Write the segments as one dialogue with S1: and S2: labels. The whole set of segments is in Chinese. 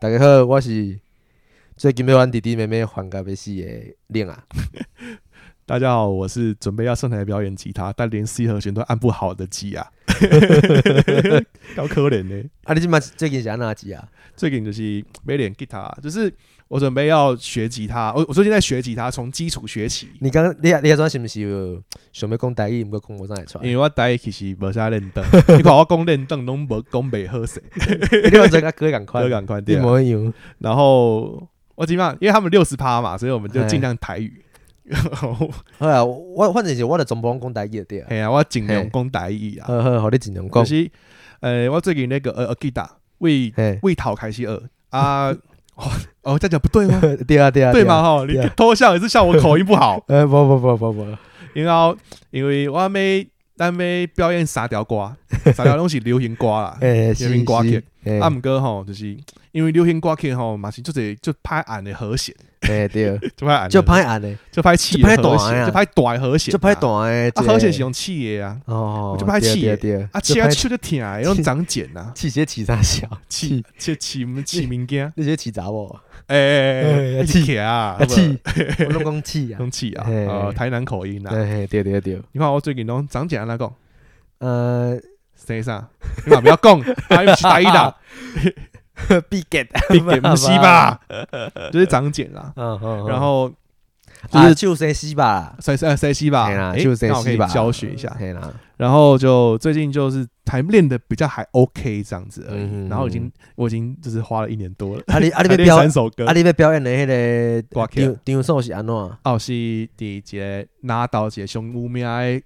S1: 大家好，我是最近要阮弟弟妹妹还甲要死的令啊！
S2: 大家好，我是准备要上台表演吉他，但连 C 和弦都按不好的吉 啊，搞可怜呢、
S1: 啊，你即摆最近是安怎子啊？
S2: 最近就是没练吉他，就是我准备要学吉他，我我最近在学吉他，从基础学起，
S1: 你刚你你迄阵是毋是有想要讲台语，毋过讲无啥会出来？
S2: 因为我台语其实无啥练 凳，你看我讲练凳拢无讲袂好势，
S1: 你有阵甲哥共
S2: 都
S1: 款，
S2: 赶快
S1: 一
S2: 点。
S1: 模一样。
S2: 然后我基本上因为他们六十趴嘛，所以我们就尽量台语。
S1: 好啊，我反正是我著全部拢讲台语就对啊。
S2: 哎呀，我尽量讲台语啊，
S1: 好好，互你尽量嗯
S2: 可
S1: 讲。
S2: 是呃，我最近那个呃呃吉他为
S1: 嘿，
S2: 为讨开始二啊，哦哦，这样讲不对吗？
S1: 对啊对啊
S2: 对吗？？哈，你
S1: 对啊，
S2: 偷笑也是笑我口音不好
S1: 呃，无无无无无，。
S2: 因为因为我还没咱没表演三条歌，三条拢是流行歌啦
S1: 诶，
S2: 人
S1: 是
S2: 民歌
S1: 是
S2: 曲，
S1: 诶
S2: 啊，毋过吼，就是因为流行歌曲吼，嘛是就是就拍按的和弦，
S1: 诶对，
S2: 就拍按
S1: 就拍按诶，
S2: 就拍气的
S1: 就拍
S2: 和
S1: 大的啊
S2: 弦，就拍短的和弦，
S1: 就拍，大诶，
S2: 啊，和弦是用气的啊，
S1: 哦，
S2: 就拍气
S1: 对
S2: 的
S1: 对，
S2: 啊，
S1: 就
S2: 气啊
S1: 拍
S2: 手就疼的，用长茧呐，
S1: 气些气啥小，
S2: 气气气气物件，
S1: 你些气查某。
S2: 哎哎哎
S1: 哎
S2: 哎，气啊
S1: 啊，，气， 我拢讲气啊。
S2: 用气啊，
S1: 嘿
S2: 呃，台南口音啊，
S1: 嘿嘿对对对，
S2: 你看我最近拢长茧安怎讲？
S1: 呃，
S2: 生啥？你嘛不要 讲，还不是台语啦，
S1: 必给，
S2: 并 且不是吧？就是长茧啦。
S1: 嗯嗯，
S2: 然后就
S1: 啊，
S2: 是
S1: 就生西吧，
S2: 谁谁谁西吧
S1: 嘿啦，
S2: 诶
S1: 就谁
S2: 那我可以
S1: 西吧嗯
S2: 教学一下。
S1: 嘿 啦，
S2: 然后就最近就是还练的比较还 OK 这样子而
S1: 嗯
S2: 已。
S1: 哼
S2: 然后已经我已经就是花了一年多了，
S1: 啊你啊
S2: 还
S1: 你要
S2: 练
S1: 表
S2: 三
S1: 啊
S2: 首歌。
S1: 你要表演的迄
S2: 歌
S1: 个
S2: 曲
S1: 张张颂是安怎？哦
S2: 哦，是第一个拿到一个上有名的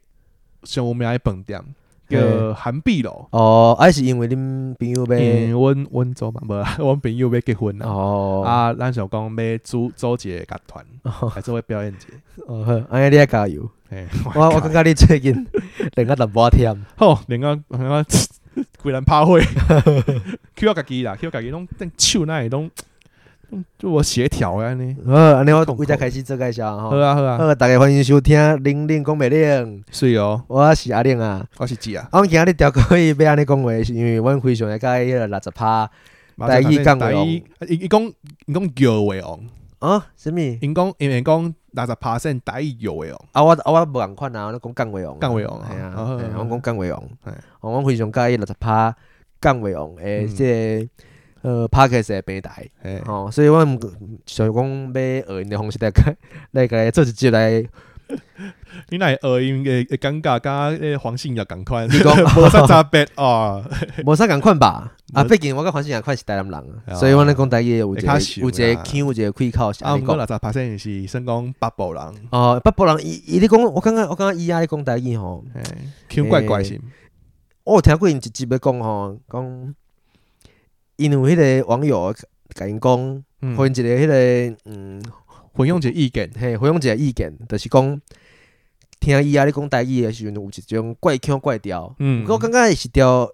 S2: 上有名的饭店
S1: 嘿
S2: 叫韩碧楼，
S1: 哦，啊是因为恁朋友
S2: 因为
S1: 呗，
S2: 阮阮做嘛，无啦， 阮朋友要结婚啦。
S1: 哦，
S2: 啊，咱想讲要组组一个乐 团，
S1: 哦
S2: 还是会表演节。
S1: 哦好，安尼你要加油，
S2: 嘿
S1: 我我感觉你最近 练啊淡薄仔忝，
S2: 好，连个连个 规人拍火 ，Q 我家己啦，Q 我家己拢等手那会拢，拢就我协调的安尼。
S1: 好，安尼我
S2: 痛苦
S1: 为才开始做介绍
S2: 好
S1: 吼。
S2: 啊好啊，
S1: 好，大家欢迎收听《玲玲讲袂冷》，
S2: 水哦，
S1: 我是阿玲啊。
S2: 我是姐啊，
S1: 啊，阮今日调可以要安尼讲话，是因为阮非常爱甲迄个六十趴台语讲话哦
S2: 台
S1: 王
S2: 语，啊伊伊讲伊讲摇为王，
S1: 啊，什物
S2: 伊讲伊面讲六十 percent 台语哦摇为王，
S1: 啊，我啊我无共款啊，我咧讲讲话王啊，
S2: 讲话王啊
S1: 系啊，
S2: 好好
S1: 嘿
S2: 好
S1: 我讲讲话王
S2: 嘿，
S1: 哦我非常介意六十趴讲话王诶，
S2: 嗯
S1: 即个呃 p a r k e s 诶平台，
S2: 嘿，
S1: 吼，所以我毋想讲要学因诶方式来甲 来甲做一集来，
S2: 你那耳音的的尴尬，甲那个黄信也共款，
S1: 你讲
S2: 无啥差 别啊，
S1: 无啥共款吧？啊，
S2: 无
S1: 毕竟我甲黄信也款是台南人啊，
S2: 啊
S1: 所以我咧讲台语有一
S2: 会较
S1: 个
S2: 熟
S1: 有一个
S2: 啦
S1: 腔，有一个开口是
S2: 啊，
S1: 安
S2: 毋
S1: 尼
S2: 过
S1: 讲
S2: 六。十 percent 是算讲北部人，
S1: 哦，北部人伊伊咧讲，我感觉我感觉伊啊咧讲台语吼，
S2: 嘿，Q 怪怪是，
S1: 哦我有听过因一集要讲吼，讲因有迄个网友甲因讲，
S2: 嗯
S1: 互因一个迄、个嗯，
S2: 混用一个意见，
S1: 嘿，回应一个意见，就是讲听伊啊咧讲台语的时阵，有一种怪腔怪调。
S2: 嗯
S1: 毋过我感觉是条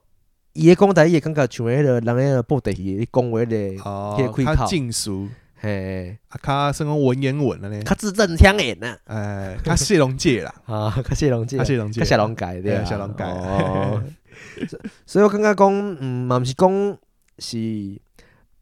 S1: 伊咧讲台语，感觉像迄、个人迄个布袋戏咧讲话迄个，
S2: 哦
S1: 那个开，
S2: 较
S1: 口
S2: 近熟，
S1: 嘿，
S2: 啊，较算讲文言文了 呢，
S1: 较字正腔圆呐，
S2: 哎，较谢龙界 啦，
S1: 啊，较谢龙姐
S2: 较。谢龙界，
S1: 较小龙改对啊，
S2: 嘿小龙 改
S1: 哦，所所以我感觉讲，嗯，嘛毋是讲是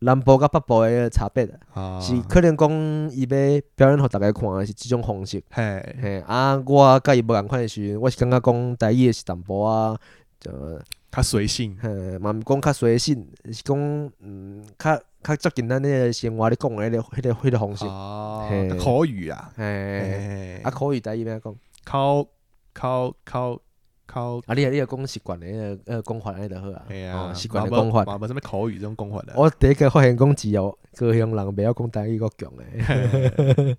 S1: 南部甲北部的差别啊，
S2: 啊，
S1: 是可能讲伊要表演互大家看的是即种方式。
S2: 嘿，
S1: 嘿，啊，我甲伊无共款的时阵，我是感觉讲台语的是淡薄啊，呃，
S2: 较随性，
S1: 嘿嘛毋讲较随性，是讲嗯，较较接近咱迄个生活咧讲的迄个迄个迄个方式。
S2: 哦
S1: 嘿，
S2: 口语啊，
S1: 嘿，
S2: 嘿
S1: 啊，，口语台语要安讲，
S2: 口口口口，
S1: 啊，你你若讲习惯的迄个呃讲法安尼就好啊，
S2: 哎呀
S1: 哦，习惯的
S2: 嘛
S1: 讲法哦
S2: 无。嘛无什么口语这种讲法的，
S1: 我第一个发现讲只有高雄人袂晓讲台语个强诶，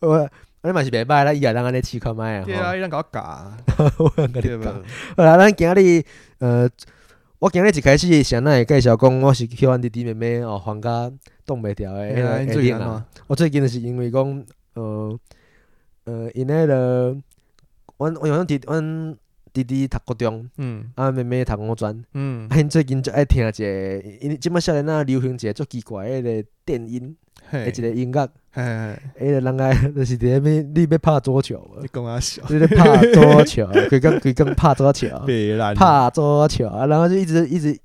S1: 我啊你嘛是袂歹啦，以后咱安尼试看卖啊
S2: 对啊，伊人甲我 教，
S1: 吼。我跟
S2: 对啊
S1: 你讲
S2: 吧，？
S1: 好啦，咱今日呃，我今日一开始是安会介绍讲我是去阮弟弟妹妹哦，还甲冻袂调诶，
S2: 哎呀，
S1: 迄
S2: 你
S1: 个
S2: 最
S1: ending
S2: 难
S1: 啊。
S2: 嘛，
S1: 我最近就是因为讲呃呃，因迄个阮阮阮弟阮弟弟读高中，
S2: 嗯
S1: 啊妹妹读五专。
S2: 嗯
S1: 啊，，因最近就爱听一个，因为即摆少年啊流行一个足奇怪的迄个电音，
S2: 嘿
S1: 诶一个音乐，
S2: 嘿嘿嘿
S1: 迄个人个 就是伫咧要你要拍桌球无
S2: 你，讲 啊小，
S1: 你咧拍桌球，规工规工拍桌球，
S2: 别烂，
S1: 拍桌球啊，然后就一直一直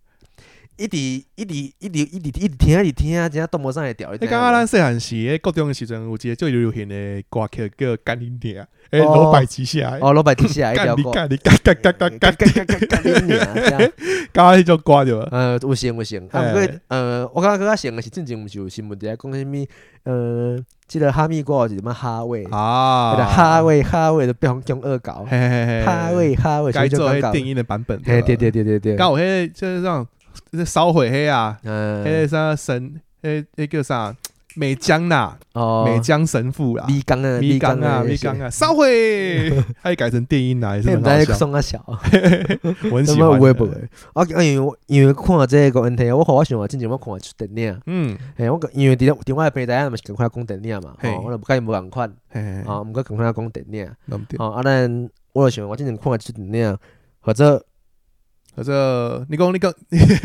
S1: 一直一直一直一直一直听一直听啊，真正动无上会调。
S2: 你
S1: 知影
S2: 感觉
S1: 无
S2: 咱细汉时，诶高中诶时阵有一个最流行诶歌曲叫《干你娘》，诶，
S1: 哦
S2: 罗百吉写诶，
S1: 哦，老板底下一条
S2: 干你
S1: 歌，
S2: 干你干干干干干，
S1: 干干干 你娘这样。
S2: 刚刚迄种歌着，
S1: 呃，有成有成，啊，毋过
S2: 嘿
S1: 呃，我感觉更较成的是进前毋是有新闻伫咧讲啥物，呃，即个哈密瓜有一点仔哈味，迄
S2: 啊，
S1: 哎个哈味哈味都变成中二搞，
S2: 嘿嘿嘿，
S1: 哈味哈味，所
S2: 该
S1: 以就
S2: 做
S1: 搞
S2: 迄
S1: 搞。
S2: 电音的版本，
S1: 嘿，
S2: 吧
S1: 对对，对对对，
S2: 刚有迄就是那种那烧毁黑啊，迄
S1: 嗯
S2: 个，啥神，迄迄叫啥美江呐，
S1: 哦，
S2: 美江神父啦。
S1: 米缸啊，
S2: 米缸啊，
S1: 米
S2: 米
S1: 缸
S2: 缸，啊，烧毁！ 他也改成电音啦，也是
S1: 你
S2: 很
S1: 毋
S2: 好
S1: 知
S2: 笑。
S1: 送啊小，
S2: 我很
S1: 什
S2: 喜
S1: 么
S2: 欢
S1: 微博
S2: 的。？
S1: 我因为因为看这个问题，我互我想啊，进前我看一出电影，
S2: 嗯，
S1: 嘿，我因为伫咧伫我诶平台，啊嘛是共款讲电影嘛，哦
S2: 嘿
S1: 吼，我著甲伊无共款，
S2: 嘿嘿嘿
S1: 啊，毋过共款讲电影。
S2: 那么对
S1: 哦，啊，咱我就想，我之前看的这电影，或者
S2: 或者你讲你 讲，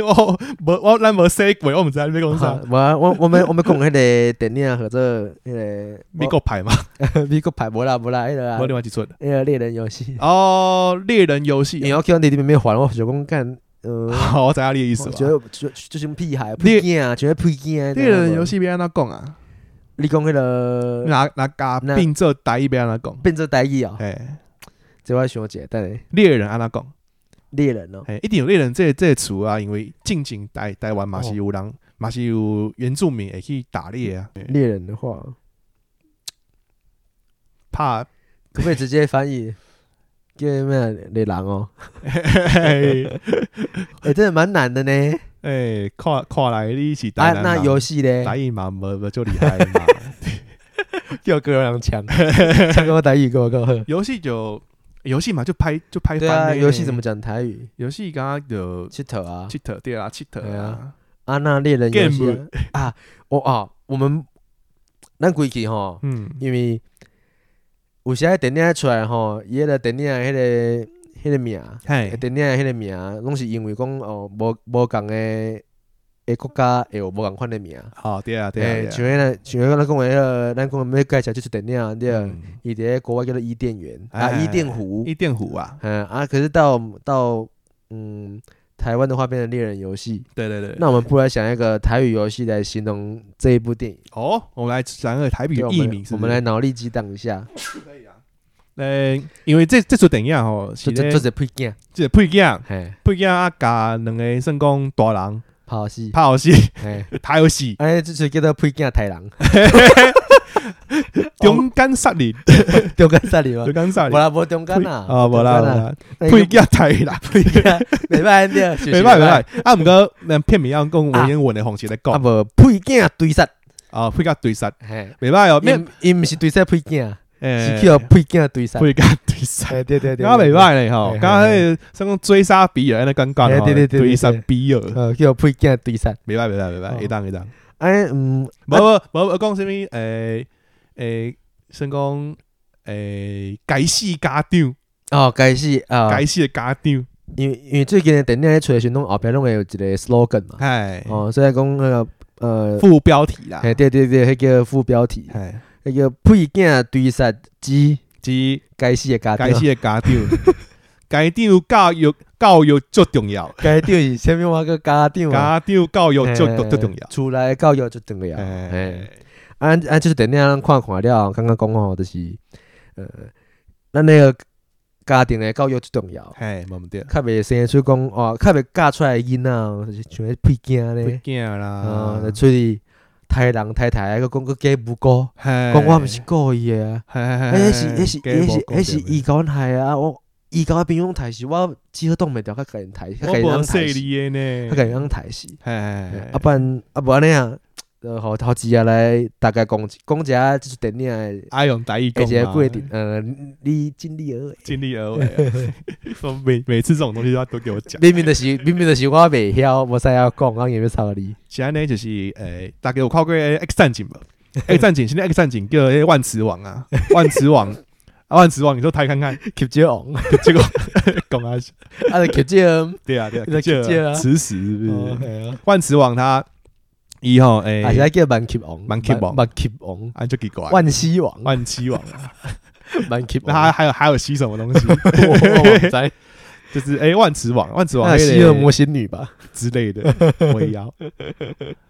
S2: 我无我咱无 say 过，我毋知道你要讲啥。
S1: 我啊我我们我们讲迄个电影，啊或者迄个
S2: 美国牌嘛，
S1: 我 美国拍无啦无啦，迄个啊
S2: 无另外一出。
S1: 迄个猎人游 戏，
S2: 哦，猎人游
S1: 你
S2: 戏，
S1: 要叫你里面还我想讲干，呃，
S2: 好，我知影你的意
S1: 意
S2: 思
S1: 觉
S2: 了。
S1: 得就就是屁孩，
S2: 猎
S1: 屁囝啊，觉得屁囝。
S2: 猎人游，戏要安怎讲啊？
S1: 你讲迄个
S2: 拿拿甲
S1: 那
S2: 并做台语要安怎讲？
S1: 变做台语哦，
S2: 哎，
S1: 这我想一下，等下
S2: 猎人安怎讲？
S1: 猎人哦，
S2: 哎，一定有猎人这这个词啊，因为近近台台湾嘛
S1: 哦
S2: 是有人，嘛是有原住民会去打猎啊，
S1: 猎人的话，
S2: 怕
S1: 可不可以直接翻 译？叫咩猎人 哦？ 哎，真的蛮难 的呢。
S2: 哎，看看来你是
S1: 啊
S2: 台，南
S1: 那
S2: 人
S1: 游戏嘞？
S2: 台语嘛，无无就厉害 嘛。
S1: 叫各人 强，强哥台语给我够喝。
S2: 游戏就游戏嘛，就拍就拍
S1: 对
S2: 翻
S1: 啊，
S2: 嘞
S1: 游戏怎么讲台语？
S2: 游戏刚刚就
S1: 佚佗啊，
S2: cheat 对啊 cheat
S1: 对
S2: 啊
S1: 啊，啊那猎人游戏
S2: Game
S1: 啊，啊我啊，我们咱规矩吼，
S2: 嗯，
S1: 因为有时仔电影出来吼，伊迄个电影迄个迄个名，
S2: 嘿，
S1: 电影迄个名，拢是因为讲哦，无无共诶诶国家会有无共款诶名。
S2: 好对啊对
S1: 诶，
S2: 啊，
S1: 像迄个像迄个咱讲诶迄个，咱讲要介绍即出电影对，啊
S2: 嗯
S1: 伊伫咧国外叫做伊甸园啊，
S2: 哎
S1: 伊甸湖。
S2: 伊甸湖啊，
S1: 嗯啊，可是到到嗯台湾的话，变成猎人游戏。
S2: 对对对。
S1: 那我们不如想一个台语游戏来形容这一部电影。
S2: 哦，我们来讲个台语
S1: 对我
S2: 译
S1: 们
S2: 名是不
S1: 我
S2: 是，
S1: 们来脑力激荡一下，
S2: 可以啊。呃，因为这这出电影吼，是
S1: 就就
S2: 咧
S1: 就，是配件，
S2: 这配件
S1: 嘿，
S2: 配件啊，甲两个算讲大人
S1: 跑戏，
S2: 拍游戏，
S1: 嘿，
S2: 拍游戏，
S1: 哎，这就叫做配件太 郎， 哦
S2: 中间杀人，
S1: 中间杀你吗
S2: 中？间杀
S1: 无
S2: 人，
S1: 啦，无中间啦，
S2: 啊，无啦无啦，配
S1: 配
S2: 件台语 啦，配 件。
S1: 件，没办法，对
S2: 袂歹袂，歹，啊，毋过咱片名要讲文言文的方式来
S1: 啊
S2: 讲，
S1: 无配件对杀，
S2: 啊，配甲对杀，
S1: 嘿，
S2: 袂歹哦，面
S1: 因因毋是对杀配件，啊
S2: 诶
S1: 是叫配件对杀，
S2: 配甲对 杀，
S1: 哎对对
S2: 啊袂歹咧吼，
S1: 嘿嘿
S2: 刚刚迄个算讲追杀比尔安尼感觉
S1: 嘿
S2: 吼，
S1: 对对对对
S2: 追杀
S1: 对
S2: 比尔，袂
S1: 呃，叫配件对杀，
S2: 歹袂歹袂歹，
S1: 哦
S2: 会当会当，
S1: 哎嗯，
S2: 无无无无讲啥物诶诶，算讲诶，该死家长，
S1: 哦，该是啊，
S2: 该死的家长，
S1: 因为因为最近的电影咧出的时候，拢后壁拢会有一个 slogan 嘛，
S2: 哎，
S1: 哦，所以讲迄个呃，
S2: 副标题啦，
S1: 嘿，对对对，迄叫副标题，
S2: 哎，
S1: 迄叫配件对杀之
S2: 即
S1: 该死的家
S2: 该
S1: 长
S2: 死，的家长， 家长教育教育足重要。
S1: 家长是啥物话个家长啊？
S2: 家长教育最
S1: 嘿
S2: 最最重要。
S1: 厝内的教育最重要。
S2: 哎
S1: 哎，，啊啊，咱就是电影咱看看了，刚刚讲吼，就是呃，咱那个家庭的教育最重要，
S2: 嘿，冇毋对，
S1: 较袂生出讲哦，较袂教出来的囡仔哦，就是像迄配件
S2: 不
S1: 咧。
S2: 惊
S1: 啊，
S2: 啦
S1: 就。出去太人太太，个讲个假无辜，
S2: 嘿
S1: 讲我毋是，故意的啊，
S2: 嘿嘿嘿
S1: 迄是迄是迄
S2: 嘿
S1: 是
S2: 嘿
S1: 迄是伊甲阮害啊，我伊甲我朋友刣死，我只好挡袂牢，较甲因刣，较甲
S2: 我
S1: 因
S2: 无
S1: 人
S2: 说
S1: 刣死，
S2: 你的呢，
S1: 较甲因人刣死，
S2: 嘿嘿嘿
S1: 啊不然啊不然安尼啊，呃好好接下来大概讲讲一下即出电影的
S2: 爱用台语讲
S1: 一个
S2: 嘛
S1: 过程，呃，你尽力而为。
S2: 尽力而为啊。 我每每次这种东西，他都给我讲。
S1: 明明就是明明就是我袂晓，无使要讲，我硬要操你。
S2: 其安呢，就是诶，大家有看过《X 战警》无？《X 战警》现在《X 战警》叫那个万磁王啊，万磁王。啊，万磁王，你说台看看，
S1: 吸这王，啊
S2: 结果讲啊，
S1: 就吸这，
S2: 对啊，对啊，
S1: 你在
S2: 这
S1: 讲这啊
S2: 磁石是不是？
S1: 系啊，
S2: 万磁王他伊吼
S1: 还是
S2: 诶，
S1: 爱叫万吸王，
S2: 万吸王
S1: 万吸王，
S2: 安就奇怪，
S1: 万吸王，
S2: 万期王，
S1: 万吸
S2: 那他
S1: 王，
S2: 还有还有吸什么东西？
S1: 我不知，
S2: 就是诶，万磁王，万磁王
S1: 那
S2: 那个
S1: 吸恶魔仙女吧？
S2: 之类的我也要。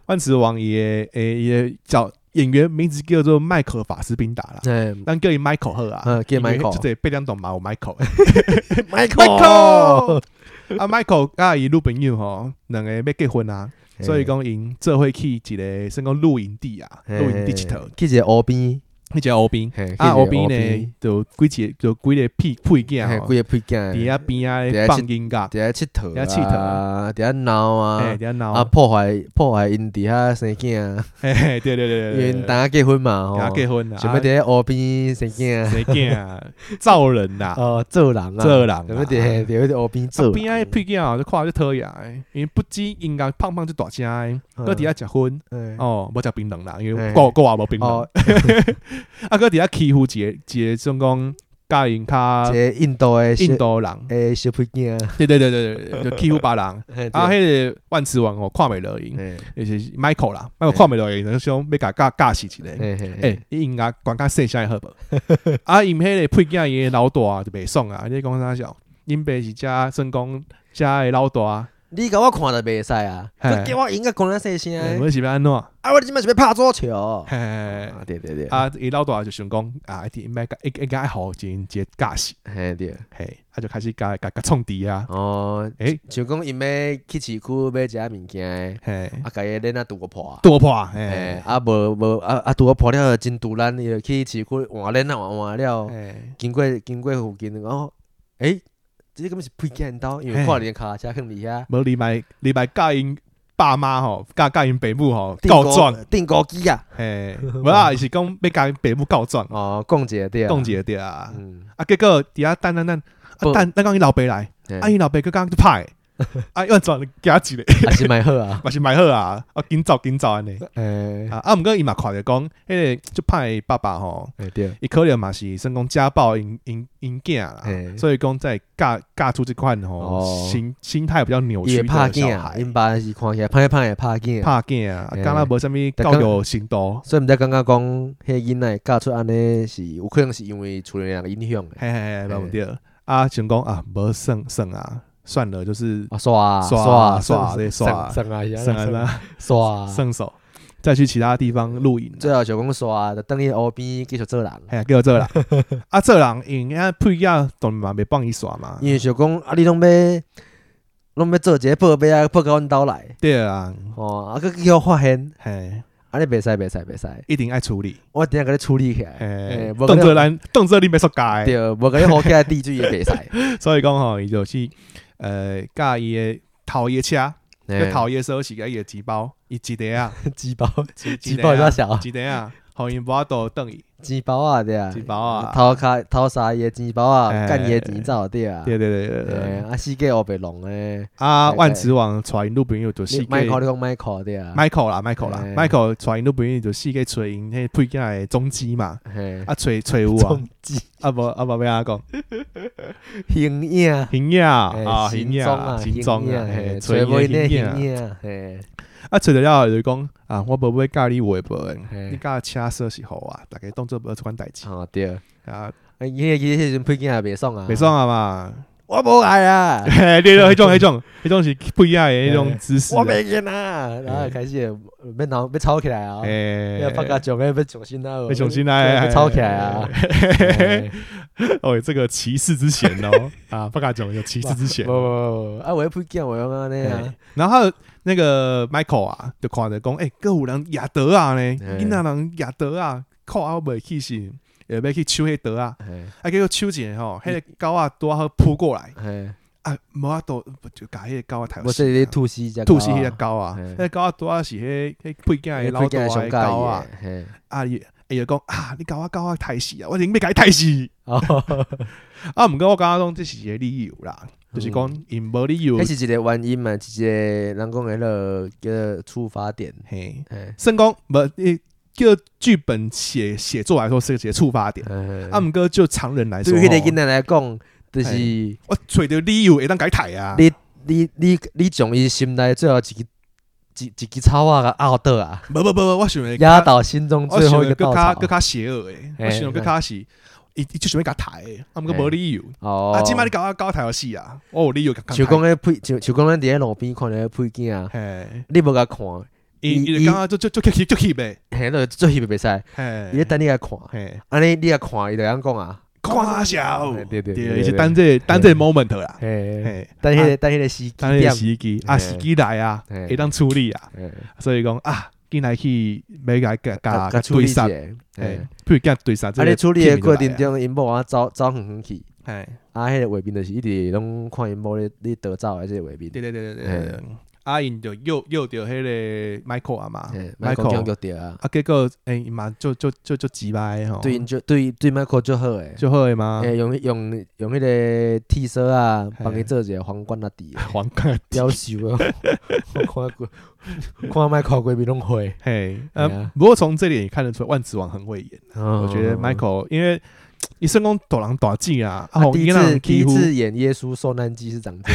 S2: 万磁王也诶也叫演员名字叫做迈克尔法斯宾达啦，
S1: 哎，
S2: 咱叫伊 Michael 好啊，
S1: 嗯，叫
S2: 因为
S1: Michael，
S2: 就对被两懂嘛，有 Michael。
S1: Michael，
S2: 啊，Michael 甲伊女朋友吼，两个要结婚啊，所以讲因做伙去一个算讲露营地啊，
S1: 嘿
S2: 露营地佚佗，
S1: 去一个湖边，
S2: 迄只湖边，
S1: 嘿
S2: 啊湖边，
S1: 去一
S2: 呢就几个就几个屁
S1: 个
S2: 屁囝
S1: 嘿，
S2: 吼，
S1: 规个配
S2: 伫
S1: 件，
S2: 遐边啊咧
S1: 在遐
S2: 放音乐，
S1: 伫遐佚佗
S2: 在遐佚佗
S1: 啊，伫遐闹
S2: 哎，
S1: 啊
S2: 伫，遐闹
S1: 啊，破坏破坏因伫遐生囝啊，
S2: 嘿嘿，对对对
S1: 因为
S2: 对对，
S1: 因大家结婚嘛
S2: 跟他
S1: 吼，
S2: 结婚啊，
S1: 想要伫遐湖边生囝啊，
S2: 谁囝啊，造人呐，
S1: 哦，做人啊，
S2: 造人啊
S1: 想要伫遐伫遐湖边做人，
S2: 边啊屁囝啊，就看就讨厌的，因为不止音乐胖胖就大声的，
S1: 嗯
S2: 搁伫遐食薰。
S1: 嘿
S2: 哦，无食槟榔啦，因
S1: 嘿
S2: 为我我也无槟榔
S1: 哦。，
S2: 啊，搁伫遐欺负一个一个算讲教因较
S1: 一个印度的小
S2: 啊印度人，
S1: 诶小啊配件，
S2: 对对对对对，就欺负别 人。 啊，
S1: 嘿对
S2: 迄个万磁王哦，看袂落因，
S1: 嘿
S2: 就是 Michael 啦，Michael 看袂落因，就想要甲教教死一个。
S1: 嘿嘿
S2: 诶，伊音乐管较细声好无？ 啊，因迄个配件伊老大就袂爽啊，你讲啥小？因爸是遮算讲遮的老大，啊
S1: 你甲我看着袂使啊，
S2: 嘿
S1: 这叫我应该讲咱细声
S2: 欸
S1: 的，
S2: 阮是要安怎？
S1: 啊，我即摆是要拍桌球，
S2: 嘿嘿嘿
S1: 啊对对对，
S2: 啊，伊老大就想讲啊，一定应该应应该好真接教死。
S1: 嘿对，
S2: 嘿，他就开始甲甲甲创治啊，
S1: 哦，
S2: 诶，
S1: 像讲因要去市区买一下物件，
S2: 嘿，
S1: 啊，家己恁啊拄个破。
S2: 多破，嘿
S1: 诶，，啊无无啊啊，拄好破了真突然，伊就去市区换恁啊换换了，
S2: 嘿，
S1: 经过经过附近，然后诶，这根本是配件刀，因为
S2: 嘿
S1: 看见卡车坑伫遐，
S2: 无礼拜礼拜教因爸妈吼，教教因爸母吼
S1: 定
S2: 告
S1: 高
S2: 状，
S1: 定高机啊，
S2: 嘿，无啊，是讲要教因爸母告状，
S1: 哦，讲者对啊，
S2: 讲一个对啊，
S1: 嗯，
S2: 啊，结果底下等等等，啊
S1: 不
S2: 等等讲伊老爸来，
S1: 嘿
S2: 啊，伊老爸佫讲就歹，啊，要转加一个，
S1: 还是蛮好啊
S2: ，嘛是买好啊，啊，紧走紧走安尼，
S1: 诶，
S2: 啊，啊，毋过伊嘛看着讲，迄个就歹爸爸吼。
S1: 诶对，
S2: 伊可能嘛是算讲家暴因因因囝啦
S1: 嘿，
S2: 所以讲在教教出这款吼
S1: 哦
S2: 心心态比较扭
S1: 伊
S2: 曲
S1: 会拍
S2: 的小
S1: 囝啊，
S2: 孩，
S1: 因爸是看起来歹歹会拍囝啊，
S2: 怕囝啊，
S1: 嘿
S2: 敢若无啥物教育程度，
S1: 所以毋才感觉讲，迄个囡仔会教出安尼是有可能是因为厝内人的影响诶，
S2: 嘿嘿嘿，无毋对啊，想讲啊，无算算啊，算了，就是
S1: 啊刷啊
S2: 刷啊
S1: 啊
S2: 刷啊
S1: 啊
S2: 对刷啊
S1: 算啊
S2: 算
S1: 算啊
S2: 了
S1: 刷啊，
S2: 算手，再去其他地方露营啊。
S1: 最后就讲刷啊，就等于湖边继续做人。
S2: 嘿，叫做啦，啊，做人因遐配啊，当然嘛袂帮伊耍嘛，
S1: 因为想讲啊，你拢要拢要做一个报备啊，报到阮兜来，
S2: 对啊，
S1: 吼、啊，佮叫我发现，
S2: 嘿，
S1: 啊，你袂使袂使袂使，
S2: 一定爱处理，
S1: 我顶下甲你处理起来，
S2: 嘿
S1: 嘿，
S2: 动作
S1: 你
S2: 咱动作你袂说教的。
S1: 对，无甲你好起来地主也袂 使，
S2: 所以讲吼，伊就是呃，教伊诶头伊诶车，
S1: 嘿
S2: 佮头伊诶锁匙，甲伊诶钱包，伊一个啊，
S1: 鸡 包
S2: 一
S1: 鸡包较小，
S2: 一个啊，互因无法度等伊，
S1: 鸡包啊对啊
S2: 钱，包啊，
S1: 偷卡偷啥伊的钱包啊
S2: 哎，
S1: 干伊的钱走对啊，
S2: 对对对对
S1: 嘿
S2: 对，
S1: 啊，四界乌白弄诶，
S2: 啊，
S1: 对
S2: 万磁王带因女朋友就
S1: 你
S2: 四个
S1: Michael 你讲 Michael 对啊，
S2: Michael 啦，Michael 啦
S1: 嘿
S2: ，Michael 带因女朋友就四个揣因迄配件诶总机嘛，
S1: 嘿，
S2: 啊揣揣有啊
S1: 中，计
S2: 啊无啊无要安讲，
S1: 形影。
S2: hình 影
S1: 嘿
S2: 啊，形影
S1: 踪哎啊，
S2: 形踪
S1: 形
S2: 啊，
S1: 影
S2: 嘿
S1: 嘿，
S2: 揣
S1: 揣无
S2: 伊
S1: 因
S2: 的
S1: 的
S2: 形影啊
S1: 形。影，嘿，
S2: 啊，找着了后就是讲啊，我无要教你话无，
S1: 嘿
S2: 你教车锁是好啊，大家当做无即款代志
S1: 哦对，
S2: 啊，
S1: 啊，伊迄个迄阵配件也袂爽啊，
S2: 袂爽，啊嘛，
S1: 我无爱 啊，
S2: 嘿对对，迄种迄种迄种是不一样的迄种姿势啊，
S1: 我袂瘾啊，然后开始会要闹要吵起来啊，
S2: 诶，
S1: 要放假上个要重新啊，
S2: 要重新来
S1: 要吵起来啊，嘿
S2: 哦，这个骑士之嫌 哦，啊，不敢讲有骑士之嫌
S1: 无。无无，啊，我配件我用安尼啊
S2: 嘿，然后那个 Michael 啊，就看着讲，诶，各有人亚德啊呢，
S1: 嘿
S2: 囡仔人亚德啊，靠啊袂去是，会要去手迄德啊，
S1: 嘿
S2: 啊，结果手一下吼，迄个狗啊拄啊好扑过来。
S1: 嘿，
S2: 啊，无法度就甲迄个狗啊抬
S1: 我说你吐哎死只
S2: 吐死迄个狗啊，
S1: 嘿
S2: 迄个狗啊拄啊是迄迄配件的老
S1: 配
S2: 大
S1: 件
S2: 的
S1: 上
S2: 狗啊
S1: 介，意，嘿，
S2: 啊伊伊就讲啊，你狗啊狗啊抬死啊，我已经要甲伊抬死
S1: 哦，
S2: 啊，毋过我感觉讲这是一个理由啦，就是讲因无理由
S1: 迄，嗯是一个原因嘛，是一个人讲迄落叫出发点，
S2: 嘿，
S1: 嘿，
S2: 算讲无你叫剧本写写作来说是一个触发点，
S1: 嗯
S2: 啊，毋过就常人来说
S1: 对于迄个囡
S2: 吼，
S1: 仔来讲，就是
S2: 嘿
S1: 你
S2: 我揣着理由会当甲伊抬啊，
S1: 你你你将伊心内最后一个一一支草啊，甲拗倒啊，
S2: 无无无无，我想的
S1: 压倒心中
S2: 我
S1: 最
S2: 想
S1: 后一个
S2: 的
S1: 稻
S2: 更
S1: 草
S2: 加。更加邪恶诶，我
S1: 嘿
S2: 想的更加是，伊伊就想要甲抬的，啊，毋过无理由。
S1: 哦，
S2: 啊，即摆你甲我甲我抬互死啊，我有理由甲
S1: 像讲咧配，像像讲咱伫咧路边看咧配件啊，
S2: 嘿，
S1: 你无甲看，
S2: 伊
S1: 伊
S2: 伊就感觉就就就气就气呗，
S1: 嘿，那做戏袂使，
S2: 嘿，
S1: 伊咧等你来看，
S2: 嘿，
S1: 安尼你来看，伊就安讲啊，
S2: 看笑，
S1: 嘿对对对
S2: 对，
S1: 对
S2: 伊是
S1: 对
S2: 等这个等这个 moment 啦，
S1: 嘿，
S2: 嘿，
S1: 等迄
S2: 啊
S1: 个等迄个时机
S2: 哎等迄
S1: 点
S2: 个，时机，啊，
S1: 嘿
S2: 时机来啊，
S1: 嘿
S2: 会当处理啊，
S1: 嘿
S2: 所以讲啊，进来去要甲甲啊甲
S1: 哎甲
S2: 甲
S1: 处理
S2: 对
S1: 一下
S2: 杀，哎
S1: 嘿
S2: 嘿，譬如甲对杀，
S1: 啊，你处理
S2: 诶
S1: 的过程，中，因某啊走走远远去，
S2: 嘿，
S1: 啊，迄个卫兵就是一直拢看因某咧咧逃走的即个卫兵，
S2: 对对对对对对对，啊，因就诱诱着迄个 Michael 啊嘛
S1: 嘿，，Michael 强
S2: ，Michael
S1: 着啊，
S2: 啊，结果诶嘛，就就就就击败吼，
S1: 对因就对对 Michael 足好诶。
S2: 就好诶嘛，
S1: 诶，用用用迄个剃须啊，
S2: 嘿哦
S1: 帮伊做一个皇冠啊， 底
S2: 皇冠。
S1: 夭寿 啊！我看过，看麦克规比拢会。
S2: 嘿，
S1: 对
S2: 呃
S1: 啊，
S2: 不过从这里也看得出来，万磁王很会演。
S1: 我
S2: 我觉得 Michael 因为一身功大狼大技啊，啊，
S1: 啊
S2: 红
S1: 第一
S2: 衣人
S1: 次第
S2: 几
S1: 一
S2: 乎
S1: 次演耶稣受难记是长这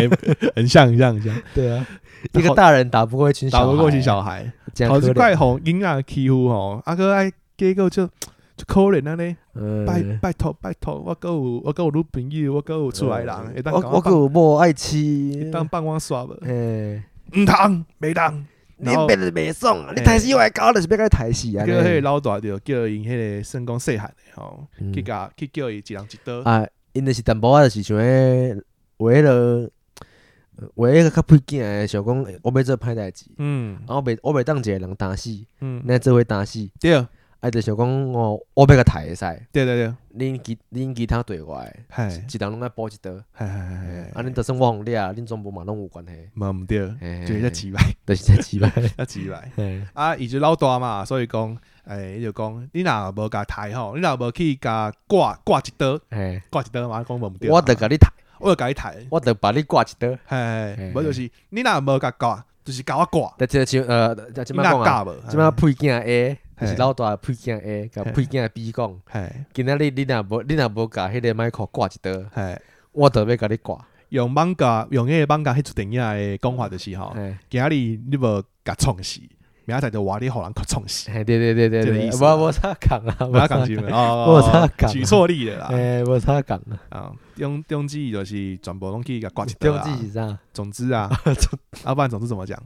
S1: 样，
S2: 很像很像很像，
S1: 对啊，一个大人打不过一群小
S2: 打
S1: 孩，
S2: 不过去小孩，
S1: 这样
S2: 好
S1: 可
S2: 奇
S1: 怜
S2: 怪，红婴啊几乎吼，啊哥爱结果就就可怜啊咧，
S1: 嗯
S2: 拜拜托拜托，我够有我够有女朋友，我够有厝内人，会
S1: 嗯
S2: 当
S1: 我
S2: 甲
S1: 我
S2: 放
S1: 有无爱吃
S2: 会，当帮我耍无，
S1: 诶，
S2: 毋通袂当。
S1: 你
S2: 然后
S1: 别是袂爽啊，你
S2: 嘿
S1: 台戏我来搞，就是要甲你台戏
S2: 叫
S1: 啊，
S2: 迄个
S1: 呢
S2: 老大就叫因迄个身功细汉的吼，
S1: 嗯
S2: 去甲去叫伊一人一刀，
S1: 啊，因就是淡薄仔，就是想迄为了为迄个较配件诶，想讲我要做歹代志，
S2: 嗯
S1: 啊，我袂我袂当一个人打死，
S2: 嗯，
S1: 咱做伙打死，
S2: 对
S1: 啊，就想讲哦，我要甲台会使，
S2: 对对对，
S1: 恁其恁其他队我诶，
S2: 嗨
S1: 一人拢爱补一刀，
S2: 嗨嗨
S1: 啊，
S2: 嗨，
S1: 恁就算我互掠，恁全部嘛拢有关系，
S2: 嘛毋对，
S1: 嘿
S2: 就是在，
S1: 嘿
S2: 几百，
S1: 嘿就是在几摆，
S2: 在几百。
S1: 嘿
S2: 啊，伊就老大嘛，所以讲，诶、伊就讲，你若无甲抬吼，你若无去甲挂挂一刀，
S1: 嘿，
S2: 挂一刀嘛，讲无毋对嘛。啊
S1: 我著甲你抬，
S2: 我就甲你抬，
S1: 我著把你挂一刀，
S2: 嘿，
S1: 嘿
S2: 无就是你若无甲挂，就是甲我挂，
S1: 但即像呃，即
S2: 你
S1: 摆讲
S2: 若
S1: 啊，
S2: 教无，
S1: 即摆配件 A 就是
S2: 嘿
S1: 老大的配件 A，甲
S2: 嘿
S1: 配件 B 讲。
S2: 嘿，
S1: 今仔日你若无你若无甲迄个 Michael 挂一刀，
S2: 嘿，
S1: 我特要甲你挂。
S2: 用网架，用迄个网架迄出电影诶讲法就是吼，
S1: 嘿，
S2: 今仔日你无甲创死，明仔载就话你互人甲创 死，
S1: 嘿对对对对
S2: 这个
S1: 对，
S2: 意思啊
S1: 无无啥讲啊，
S2: 无要讲 是毋是？哦，
S1: 我有啥讲啊
S2: 举错例了啦，
S1: 诶，无啥讲啊。
S2: 啊，中中指就是全部拢去甲挂一刀
S1: 中
S2: 啊，
S1: 指是啥？
S2: 总之 啊，要不然总之怎么讲？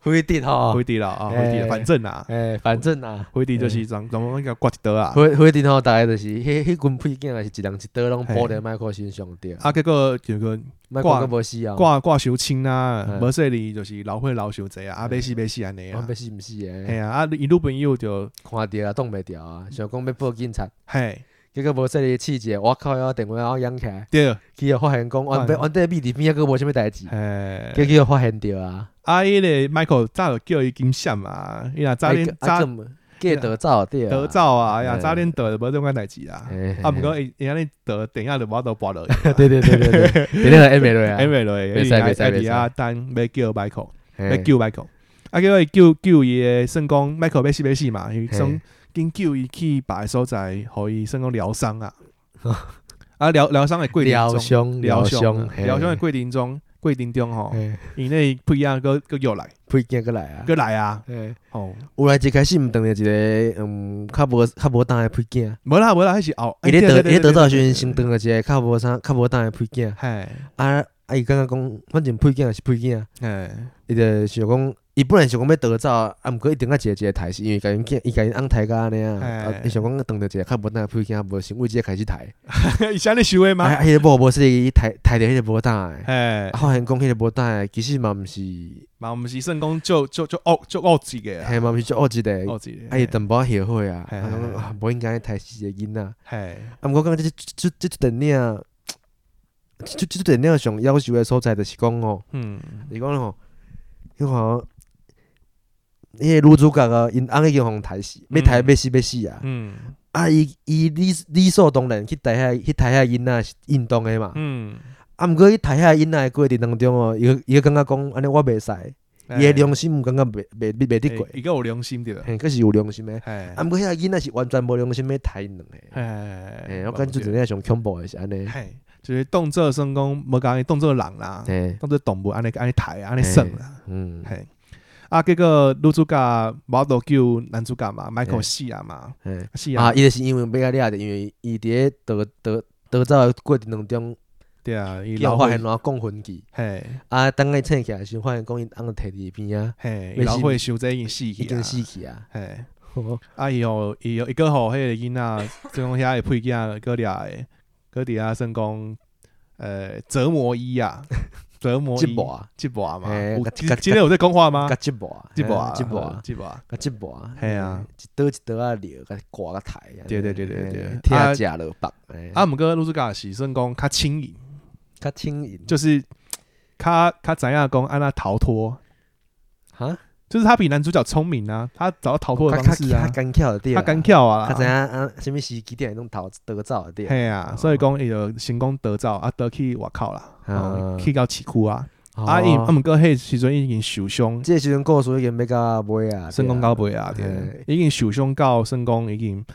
S1: 规定吼
S2: 灰，地了啊，
S1: 哎
S2: 灰地了，反正啊，
S1: 诶，反正啊，
S2: 灰地就是怎怎么个挂一刀啊，
S1: 规规定吼，大概就是迄迄群配件也是一人一刀拢补咧 Michael 身上着。
S2: 啊，结果就个
S1: Michael
S2: 挂
S1: 个无死啊，
S2: 挂挂伤青啊
S1: 嗯，
S2: 无说你就是老会老伤济啊，啊，
S1: 嗯
S2: 要死要死安尼
S1: 我
S2: 啊
S1: 要，死毋死
S2: 嘿
S1: 诶，
S2: 啊，啊，伊女朋友就
S1: 看着啊，挡袂牢啊，想讲要报警察，
S2: 嘿，
S1: 结果无说你试者，我靠，我电话我扬起来，
S2: 对，
S1: 结果发现讲，原本原底秘伫边啊，个无啥物代志，
S2: 嘿，
S1: 结果发现着啊。
S2: 啊，迄个 Michael 早就叫伊金闪啊，伊若早点
S1: 啊
S2: 早
S1: 怎么计得走对啊，
S2: 得走啊，
S1: 嗯
S2: 呀，早点得无种款代志啊，
S1: 嘿，
S2: 啊，
S1: 过，
S2: 毋过伊伊安尼得顶下就无度跋落去
S1: 对对对对 对，今天来 M 瑞啊
S2: 因为落去，
S1: 袂使
S2: 因为
S1: 袂使
S2: 在伫
S1: 袂使
S2: 遐等要叫 Michael。要
S1: 嘿，
S2: 救 Michael，啊，叫伊救救伊诶，算讲 Michael 要死要死嘛，伊
S1: 嘿
S2: 算紧救伊去别个所在，互伊算讲疗 伤啊，啊疗疗伤诶过程
S1: 疗
S2: 中，
S1: 伤
S2: 疗伤
S1: 伤
S2: 啊，疗伤诶过程中，过程中吼，伊那配啊个个又来，
S1: 配件过来啊。
S2: 个来啊，
S1: 嘿
S2: 吼，
S1: 有来一开始毋当着一个嗯，较无较无当诶配件，
S2: 无啦无啦，迄是后，
S1: 伊咧
S2: 哎
S1: 得伊
S2: 对
S1: 咧得
S2: 对对对
S1: 到的
S2: 对
S1: 时
S2: 对
S1: 阵先当着一个较无啥较无当诶配件，
S2: 嘿，
S1: 啊啊伊感觉讲反正配件也是配件，
S2: 嘿，
S1: 伊就想讲伊本来想讲要得走，啊毋过一定啊一个一个抬，是因为甲因囝伊甲因翁抬甲安尼啊，啊
S2: 嘿
S1: 伊想讲当着一个较无当诶配件，无先为即个开始抬。
S2: 伊是安尼想诶
S1: 啊，
S2: 吗？
S1: 啊迄个无无说伊抬抬着迄个无胆诶，
S2: 嘿
S1: 啊，发现讲迄个无胆诶，其实嘛毋是，
S2: 嘛毋是算讲就就就恶就恶自个啊，
S1: 嘿嘛毋是足恶一个，
S2: 恶自个，
S1: 啊伊淡薄仔后悔啊，
S2: 嘿
S1: 啊讲啊无应该抬死一个囡仔，啊
S2: 嘿，
S1: 毋过讲即即即即电影，即即电影上夭寿诶所在就是讲吼，
S2: 嗯，
S1: 就是讲吼，迄吼。迄个女主角啊，因翁已经互抬死，要抬
S2: 嗯
S1: 要死要死啊！
S2: 嗯，
S1: 啊，伊伊理理所当然去抬遐去抬遐囡仔是应当诶嘛。
S2: 嗯，
S1: 啊，毋过伊抬遐囡仔诶过程当中哦，伊个伊个感觉讲安尼我袂
S2: 哎
S1: 使，伊诶
S2: 嗯嘿
S1: 良心毋感觉袂袂袂得过
S2: 欸，伊个有良心对吧？
S1: 嘿，佫是有良心诶。
S2: 哎
S1: 啊，毋过遐囡仔是完全无良心要抬因两个，
S2: 哎
S1: 嘿，我感觉阵
S2: 是，
S1: 个上恐怖诶是安尼，
S2: 嘿，就是动作算讲无讲伊动作人啦，
S1: 嘿，
S2: 啊动作动物安尼安尼抬安尼算啦，
S1: 嗯，
S2: 嘿。啊，结果女主角无度救男主角嘛，Michael
S1: 嘿
S2: 死啊嘛，
S1: 嘿
S2: 死
S1: 啊，
S2: 啊，
S1: 伊就是因为被甲掠着，因为伊伫咧逃逃逃走诶过程当中，
S2: 对啊，伊
S1: 叫
S2: 老
S1: 发现
S2: 会，
S1: 两公分去，
S2: 嘿，
S1: 啊，等伊醒起来的时候，发现讲伊翁摕伫边啊，
S2: 嘿，
S1: 要
S2: 伊老
S1: 死
S2: 会想这已经死
S1: 已
S2: 去
S1: 经死
S2: 啊，
S1: 去啊。
S2: 嘿，啊 伊哦，伊有伊个吼，迄个囡仔，即讲遐个配件个俩个，个伫遐算讲，呃，折磨伊啊，折磨
S1: 折
S2: 伊，
S1: 磨啊，
S2: 折磨嘛，
S1: 嘿
S2: 有
S1: 甲
S2: 今
S1: 甲
S2: 今天有在讲话吗
S1: 甲？折磨啊，
S2: 折磨啊，
S1: 折磨啊，
S2: 折磨啊，
S1: 甲折磨啊，
S2: 嘿啊
S1: 嘿，一刀一刀啊掠，甲割甲刣啊，
S2: 对对对对对
S1: 嘿
S2: 啊
S1: 听食落腹，嘿
S2: 啊，，毋过女主角是算讲较轻盈。
S1: 较轻盈，
S2: 就是他他怎样讲安娜逃脱，
S1: 哈，
S2: 就是他比男主角聪明啊，他找到逃脱的方式啊
S1: 较，干巧就对
S2: 他
S1: 了，
S2: 敢跳
S1: 较知影
S2: 啊，
S1: 啊，什物时机点拢逃逃走就对了，
S2: 嘿啊，所以讲伊就成功得照啊，得去外口啦，
S1: 哦啊
S2: 哦去到市区啊，啊
S1: 哦
S2: 伊啊毋过迄时阵已经受伤，
S1: 即个时阵故事已经要到尾啊，
S2: 算讲到尾啊，
S1: 嘿
S2: 对，已经受伤到算讲已经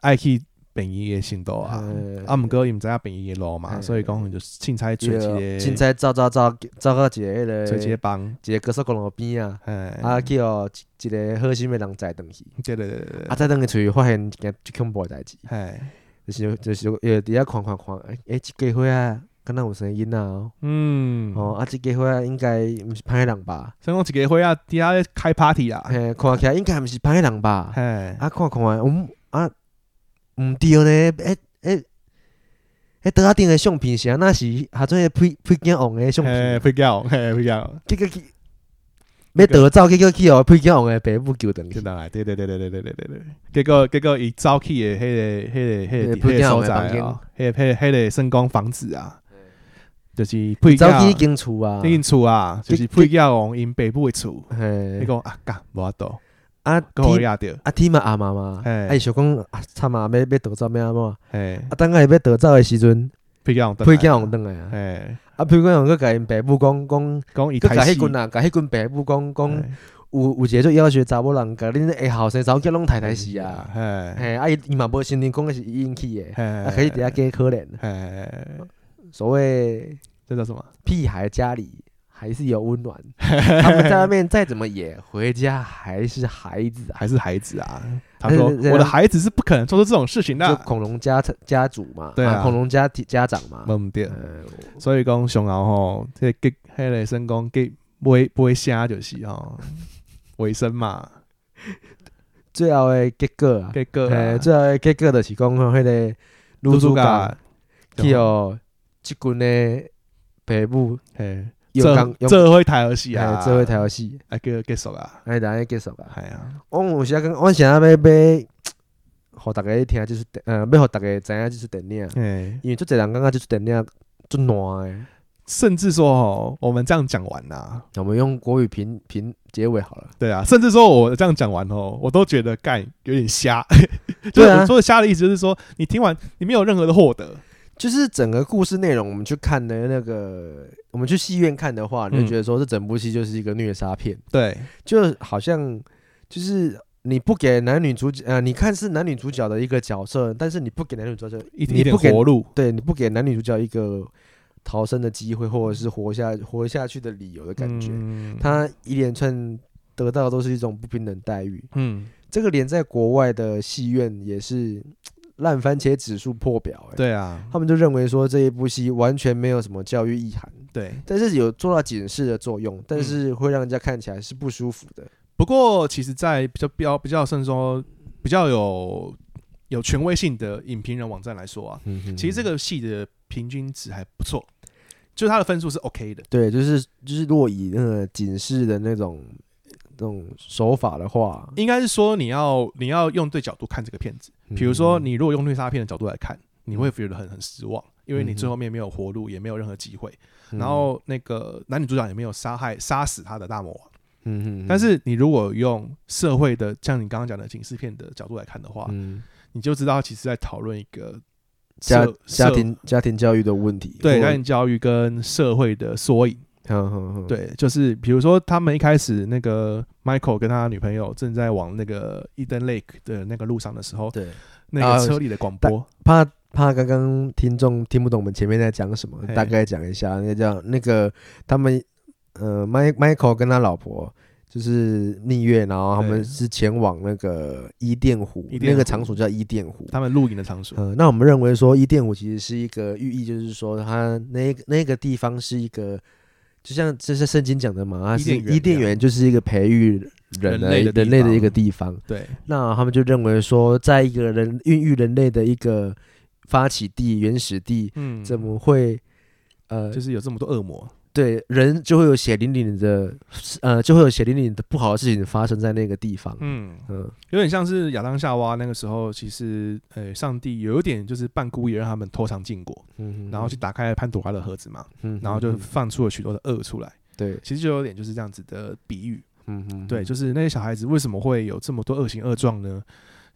S2: 爱去病院的程度啊。啊，
S1: 啊，
S2: 毋过伊毋知影病院的路嘛，
S1: 嘿
S2: 所以讲就凊彩
S1: 就
S2: 找一个
S1: 啊凊彩走走走走到一个迄个
S2: 找一个帮，
S1: 一个高速公路边啊，
S2: 哎，
S1: 啊叫一一个好心的人载转去，
S2: 对对对对
S1: 啊
S2: 对，
S1: 载转去厝发现一件最恐怖的代志，
S2: 哎，
S1: 就是就是呃伫遐看看看，诶，诶，即家伙啊，敢若有生囡仔哦，
S2: 嗯，
S1: 哦啊，即家伙啊应该毋是歹人吧？
S2: 所以讲一个伙啊，伫遐咧开 party 啦，
S1: 嘿，看起来应该毋是歹人吧？
S2: 啊嘿，
S1: 啊，看看诶，嗯啊，毋对呢，诶诶。迄桌仔顶的相片是安那是下阵个配配件王的相片
S2: 嘿，，配角，嘿，配角，
S1: 结果去要逃走，结果去互配件王的爸母救回去
S2: 真，的来，对对对对对对对对对，结果结果伊走去的迄个迄个
S1: 那
S2: 迄
S1: 个
S2: 个
S1: 配
S2: 迄
S1: 角
S2: 个
S1: 的
S2: 所
S1: 房
S2: 在
S1: 间
S2: 啊，迄个迄个迄个算讲房子啊，就是配
S1: 走
S2: 角，
S1: 去间厝啊，
S2: 因厝啊，就是
S1: 你
S2: 配角王因爸母的厝，
S1: 嘿
S2: 伊，讲啊，干无法度，
S1: 啊
S2: 搁互伊
S1: 天
S2: 压着，
S1: 啊天嘛阿妈嘛，
S2: 嘿
S1: 啊伊想讲啊惨啊，要要逃走咩啊嘛，
S2: 嘿，
S1: 啊等下要逃走的时阵，
S2: 配角王，
S1: 配件王，转来啊，
S2: 嘿，
S1: 啊配件王佫甲因爸母讲讲，
S2: 讲伊
S1: 佫甲
S2: 开始
S1: 迄群啊，甲迄群爸母讲讲，
S2: 嘿
S1: 有有一个做要学查某人，甲恁下后生查某囝拢太太死啊，，
S2: 嘿，
S1: 嘿，啊伊伊嘛无承认讲的是伊引起的，
S2: 嘿，
S1: 啊可以底下加可怜，
S2: 嘿，嘿，
S1: 所谓。
S2: 这叫什么？
S1: 屁孩家里还是有温 暖，他们在外面再怎么野，回家还是孩子啊。
S2: 还是孩子啊。他
S1: 对
S2: 说：“
S1: 对对
S2: 我的
S1: 啊
S2: 孩子是不可能做出这种事情
S1: 就
S2: 的。
S1: 恐龙家家族嘛，
S2: 对啊
S1: 恐龙家家长”嘛，
S2: 无毋对，
S1: 嗯，
S2: 所以讲上后吼，这个迄个算讲给买买声就 是吼卫生嘛，
S1: 啊最后的结果啊，
S2: 结果
S1: 诶，最后的结果就是讲吼，迄个女
S2: 啊
S1: 主角啊去哦，即群的爸母
S2: 嘿，
S1: 又讲
S2: 这这会台儿戏啊，
S1: 哎，做伙条死，
S2: 啊个结束啊，
S1: 哎，然后结束啊。
S2: 系啊，
S1: 我有时讲，我想要要，互大家听，就是呃，要互大家知影，就是电影，啊
S2: 嘿，
S1: 因为足侪人感觉就是电影啊足烂诶。
S2: 甚至说吼，我们这样讲完啦，
S1: 我们用国语评评结尾好了。
S2: 对啊，甚至说我这样讲完吼，我都觉得干有点瞎， 就是
S1: 对啊
S2: 我说的瞎的意思，就是说你听完你没有任何的获得，
S1: 就是整个故事内容，我们去看的那个，我们去戏院看的话，你
S2: 嗯
S1: 就觉得说这整部戏就是一个虐杀片，
S2: 对，
S1: 就好像就是你不给男女主角，呃，你看是男女主角的一个角色，但是你不给男女主角，
S2: 一
S1: 你
S2: 一点
S1: 不给
S2: 活路，
S1: 对，你不给男女主角一个逃生的机会，或者是活下活下去的理由的感觉，
S2: 嗯
S1: 他一连串得到的都是一种不平等待遇，
S2: 嗯，
S1: 这个连在国外的戏院也是烂番茄指数破表、欸，
S2: 对啊，
S1: 他们就认为说这一部戏完全没有什么教育意涵，
S2: 对。
S1: 但是有做到警示的作用，但
S2: 嗯
S1: 是会让人家看起来是不舒服的。
S2: 不过，其实，在比较标比较甚至说比较有有权威性的影评人网站来说啊，
S1: 嗯
S2: 其实这
S1: 个
S2: 个戏的平均值还不错，就是它的分数是 OK 的。
S1: 对，就是就是若以那个警示的那种那种手法的话，
S2: 应该是说你要你要用对角度看这个片子，
S1: 嗯
S2: 嗯比如说你如果用虐杀片的角度来看，你会觉得很很失望，因为你最后面没有活路，也没有任何机会，
S1: 嗯，
S2: 然后那个男女主角也没有杀害杀死他的大魔王。
S1: 嗯，嗯嗯
S2: 但是你如果用社会的像你刚刚讲的警示片的角度来看的话，
S1: 嗯，
S2: 你就知道其实在讨论一个
S1: 家
S2: 社
S1: 家
S2: 社
S1: 庭家庭教育的问题，嗯
S2: 对家
S1: 或
S2: 庭教育跟社会的缩影。
S1: 哼哼哼
S2: 对，就是比如说他们一开始那个 Michael 跟他女朋友正在往那个 Eden Lake 的那个路上的时候，
S1: 对，
S2: 那
S1: 啊
S2: 个车里的广播，
S1: 怕怕刚刚听众听不懂我们前面在讲什么，
S2: 嘿
S1: 大概讲一下。那个叫那个他们呃，Mike Michael 跟他老婆就是蜜月，然后他们
S2: 对
S1: 是前往那个伊甸湖，
S2: 伊甸湖
S1: 那个场所叫伊甸湖。
S2: 他们露营的场所，
S1: 呃，那我们认为说伊甸湖其实是一个寓意，就是说它那个那个地方是一个，就像这是圣经讲的嘛，它
S2: 伊
S1: 是
S2: 甸园
S1: 伊甸
S2: 一样
S1: 园就是一个培育人
S2: 人类的地
S1: 人类的一个
S2: 方
S1: 地方。
S2: 对，
S1: 那他们就认为说，在一个人孕育人类的一个发起地、原始地，
S2: 嗯，
S1: 怎么会呃，
S2: 就是有这么多恶魔？
S1: 对人就会有血淋淋的呃，就会有血淋淋的不好的事情发生在那个地方。
S2: 嗯，
S1: 嗯，
S2: 有点像是亚当夏娃那个时候，其实呃，上帝有一点就是半故意让他们偷尝禁果，
S1: 嗯
S2: 然后去，打开潘朵拉的盒子嘛，
S1: 嗯
S2: 然后就
S1: 嗯
S2: 放出了许多的恶出来。
S1: 对，
S2: 其实就有点就是这样子的比喻，
S1: 嗯嗯，
S2: 对，就是那些小孩子为什么会有这么多恶行恶状呢？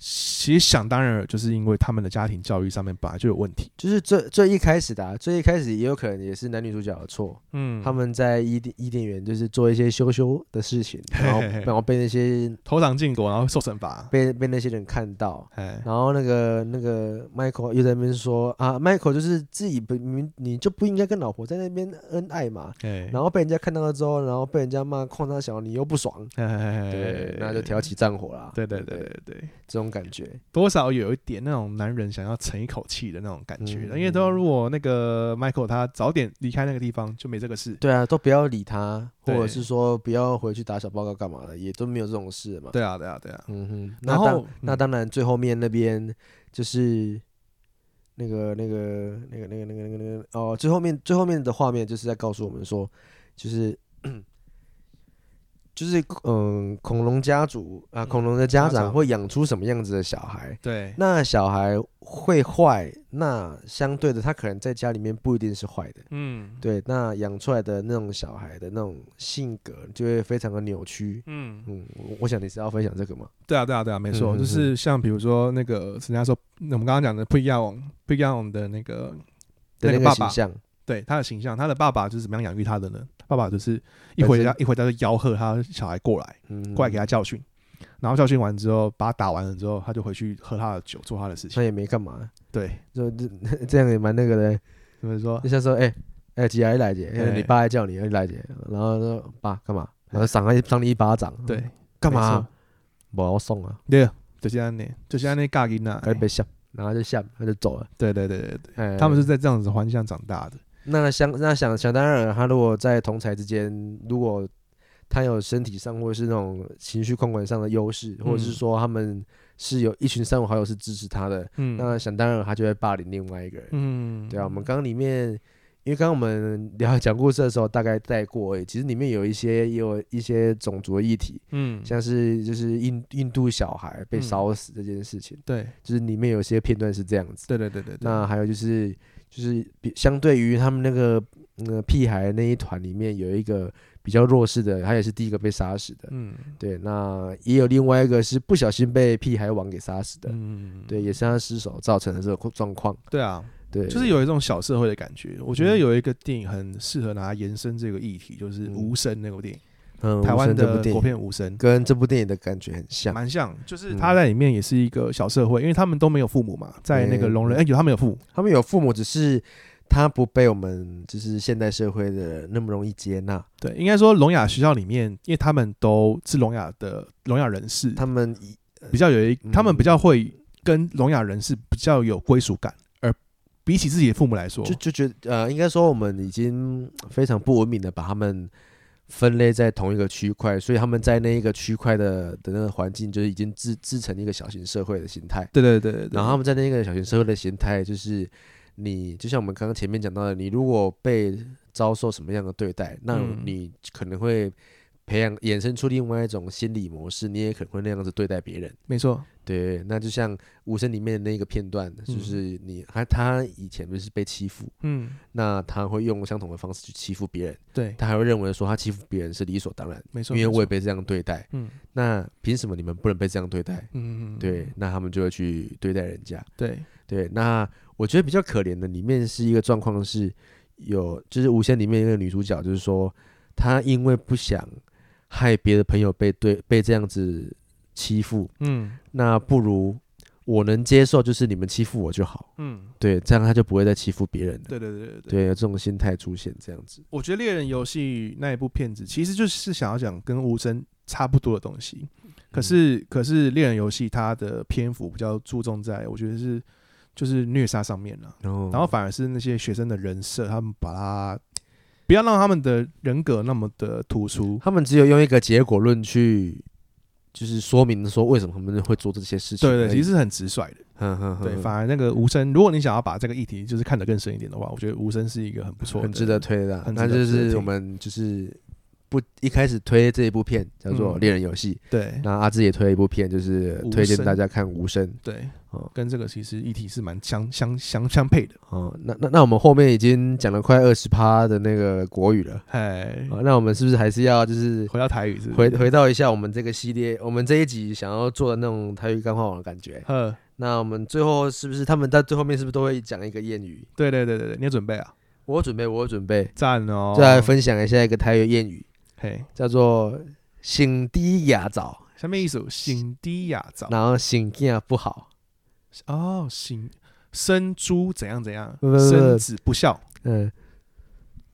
S2: 其实想当然，就是因为他们的家庭教育上面本来就有问题。
S1: 就是最最一开始的、啊，最一开始也有可能也是男女主角的错，
S2: 嗯
S1: 他们在伊甸伊甸园就是做一些羞羞的事情，
S2: 嘿
S1: 然后
S2: 嘿嘿
S1: 然后被那些
S2: 投糖禁果，然后受惩罚。
S1: 被被那些人看到，
S2: 哎，
S1: 然后那个那个 Michael 又在那边说啊，Michael 就是自己不明你就不应该跟老婆在那边恩爱嘛，
S2: 哎
S1: 然后被人家看到了之后，然后被人家骂矿他小，你又不爽，对
S2: 对，
S1: 那就挑起战火啦，
S2: 对对对对对，
S1: 这种感觉，
S2: 多少有一点那种男人想要逞一口气的那种感觉，
S1: 嗯
S2: 因为都如果那个 Michael 他早点离开那个地方，就没这个事。
S1: 对啊，都不要理他，或者
S2: 对
S1: 是说不要回去打小报告干嘛的，也都没有这种事嘛，
S2: 对啊，对啊，对啊。
S1: 嗯哼，那
S2: 然
S1: 当
S2: 后
S1: 那
S2: 嗯
S1: 当然，最后面那边就是那个那个那个那个那个那个那个哦，最后面最后面的画面就是在告诉我们说，就是就是嗯，恐龙家族啊，恐龙的家
S2: 嗯家
S1: 长
S2: 长
S1: 会养出什么样子的小孩？
S2: 对，
S1: 那小孩会坏，那相对的，他可能在家里面不一定是坏的。
S2: 嗯，
S1: 对，那养出来的那种小孩的那种性格就会非常的扭曲。
S2: 嗯，
S1: 嗯，我我想你是要分享这个吗？
S2: 对啊，对啊，对啊，没
S1: 嗯
S2: 错，
S1: 嗯
S2: 就是像比如说那个呃人家说，那我们刚刚讲的不一样，不一样的那个，
S1: 的那
S2: 那个
S1: 个
S2: 爸
S1: 形
S2: 爸
S1: 象，
S2: 对他的形象，他的爸爸就是怎么样养育他的呢？爸爸就是一回家一回家就吆喝他小孩过来，
S1: 嗯，
S2: 过来给他教训，然后教训完之后，把他打完了之后，他就回去喝他的酒，做他的事情。
S1: 那也没干嘛，
S2: 对，
S1: 就 这这样也蛮那个的。
S2: 比如说
S1: 就像说，哎、哎，姐来来姐，哎、
S2: 哎
S1: 你爸来叫你，哎来姐，然后说爸干嘛？然后赏他一赏你一巴掌，
S2: 对，
S1: 干嘛、
S2: 没错
S1: 我要送啊，
S2: 对，就是安尼，就是安尼教囡仔
S1: 赶紧
S2: 的。
S1: 别笑，然后就笑，他就走了。
S2: 啊对对对对对，
S1: 哎、
S2: 他们是在这样子的环境下长大的。
S1: 那想那想想当然了，他如果在同才之间，如果他有身体上或者是那种情绪控管上的优势，或者是
S2: 嗯
S1: 说他们是有一群三五好友是支持他的，
S2: 嗯
S1: 那想当然了他就会霸凌另外一个人。
S2: 嗯，
S1: 对啊，我们刚刚里面，因为刚刚我们聊讲故事的时候大概带过而已，其实里面有一些也有一些种族的议题，
S2: 嗯，
S1: 像是就是印印度小孩被
S2: 嗯
S1: 烧死这件事情，
S2: 对
S1: 就是里面有些片段是这样子。
S2: 对对对对，对
S1: 那还有就是就是比相对于他们那个呃屁孩那一团里面有一个比较弱势的，他也是第一个被杀死的。
S2: 嗯
S1: 对，那也有另外一个是不小心被屁孩王给杀死的，
S2: 嗯
S1: 对，也是他失手造成的这个状况。
S2: 对啊，
S1: 对，
S2: 就是有一种小社会的感觉。我觉得
S1: 嗯
S2: 有一个电影很适合拿来延伸这个议题，就是
S1: 嗯
S2: 《无声》那部电影，
S1: 嗯，
S2: 台
S1: 无
S2: 湾
S1: 声这
S2: 的
S1: 部电
S2: 国
S1: 影
S2: 片《无声》。
S1: 跟这部电影的感觉很像。
S2: 蛮像，就是
S1: 嗯
S2: 他在里面也是一个小社会，因为他们都没有父母嘛，在那个
S1: 嗯
S2: 聋人，哎、有他们有父母，
S1: 他们有父母，只是他不被我们就是现代社会的那么容易接纳。
S2: 对，应该说聋哑学校里面，因为他们都是聋哑的聋哑人士，
S1: 他们以
S2: 比较有一，
S1: 嗯
S2: 他们比较会跟聋哑人士比较有归属感，而比起自己的父母来说，
S1: 就就觉得呃，应该说我们已经非常不文明的把他们分类在同一个区块，所以他们在那一个区块的的那个环境，就是已经制制成一个小型社会的形态。
S2: 对对对对对，
S1: 然后他们在那个小型社会的形态，就是你就像我们刚刚前面讲到的，你如果被遭受什么样的对待，那
S2: 嗯
S1: 你可能会培养衍生出另外一种心理模式，你也可能会那样子对待别人。
S2: 没错，
S1: 对，那就像《无声》里面的那个片段，就
S2: 嗯
S1: 是你他他以前不是被欺负，
S2: 嗯，
S1: 那他会用相同的方式去欺负别人，
S2: 对，
S1: 他还会认为说他欺负别人是理所当然，
S2: 没错，
S1: 因为
S2: 没错
S1: 我也被这样对待，
S2: 嗯
S1: 那凭什么你们不能被这样对待？
S2: 嗯嗯
S1: 对，那他们就会去对待人家。
S2: 对，
S1: 对，那我觉得比较可怜的里面是一个状况是有，就是《无限》里面一个女主角，就是说她因为不想害别的朋友被对被这样子欺负，
S2: 嗯
S1: 那不如我能接受就是你们欺负我就好，
S2: 嗯，
S1: 对，这样他就不会再欺负别人了。
S2: 对对对对对。
S1: 对，有这种心态出现这样子。
S2: 我觉得《猎人游戏》那一部片子，其实就是想要讲跟无声差不多的东西。
S1: 嗯
S2: 可是，可是《猎人游戏》它的篇幅比较注重在，我觉得是就是虐杀上面了。
S1: 然后，
S2: 然后反而是那些学生的人设，他们把它不要让他们的人格那么的突出。
S1: 他们只有用一个结果论去，就是说明说为什么他们会做这些事情而已。
S2: 对对，其实是很直率的。
S1: 哼，哼哼
S2: 对，
S1: 哼
S2: 反而那个无声，如果你想要把这个议题就是看得更深一点的话，我觉得无声是一个很不错的、
S1: 很值得推的啊。
S2: 很值
S1: 那
S2: 得
S1: 就
S2: 值得
S1: 是
S2: 听
S1: 我们就是不一开始推这一部片叫做《
S2: 嗯
S1: 猎人游戏》，
S2: 对
S1: 那阿志也推了一部片，就是
S2: 无
S1: 推荐
S2: 声
S1: 大家看《无声》
S2: 对
S1: 哦，
S2: 跟这个其实议题是蛮相相相相配的。
S1: 哦。那那那我们后面已经讲了快二十趴的那个国语了、
S2: 哎，
S1: 哦，那我们是不是还是要就是
S2: 回到台语是不是
S1: 回回到一下我们这个系列，我们这一集想要做的那种台语干话网的感觉？
S2: 呃，
S1: 那我们最后是不是他们在最后面是不是都会讲一个谚语？
S2: 对对对对对，你有准备啊？
S1: 我有准备，我有准备，
S2: 赞哦！
S1: 再来分享一下一个台语谚语，
S2: 嘿，
S1: 叫做“醒低牙早
S2: 下面一首《醒低雅早》，
S1: 然后醒劲不好，
S2: 哦，醒生猪怎样怎样，
S1: 不不不
S2: 生子不孝，
S1: 嗯。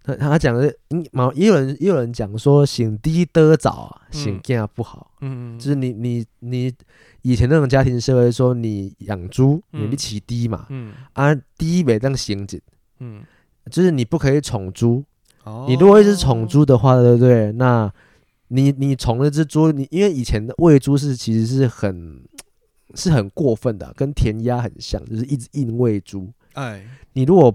S1: 他他讲的是，嗯，毛也有人也有人讲说，醒低的早啊，
S2: 嗯
S1: 醒劲不好，
S2: 嗯，
S1: 就是你你你以前那种家庭社会说，你养猪你
S2: 嗯
S1: 必起低嘛，
S2: 嗯
S1: 啊低每当醒紧，
S2: 嗯，
S1: 就是你不可以宠猪，
S2: 哦
S1: 你如果一直宠，猪的话，对不对？那你你宠了只猪，你因为以前的喂猪是其实是很是很过分的啊，跟填鸭很像，就是一直硬喂猪。
S2: 哎，
S1: 你如果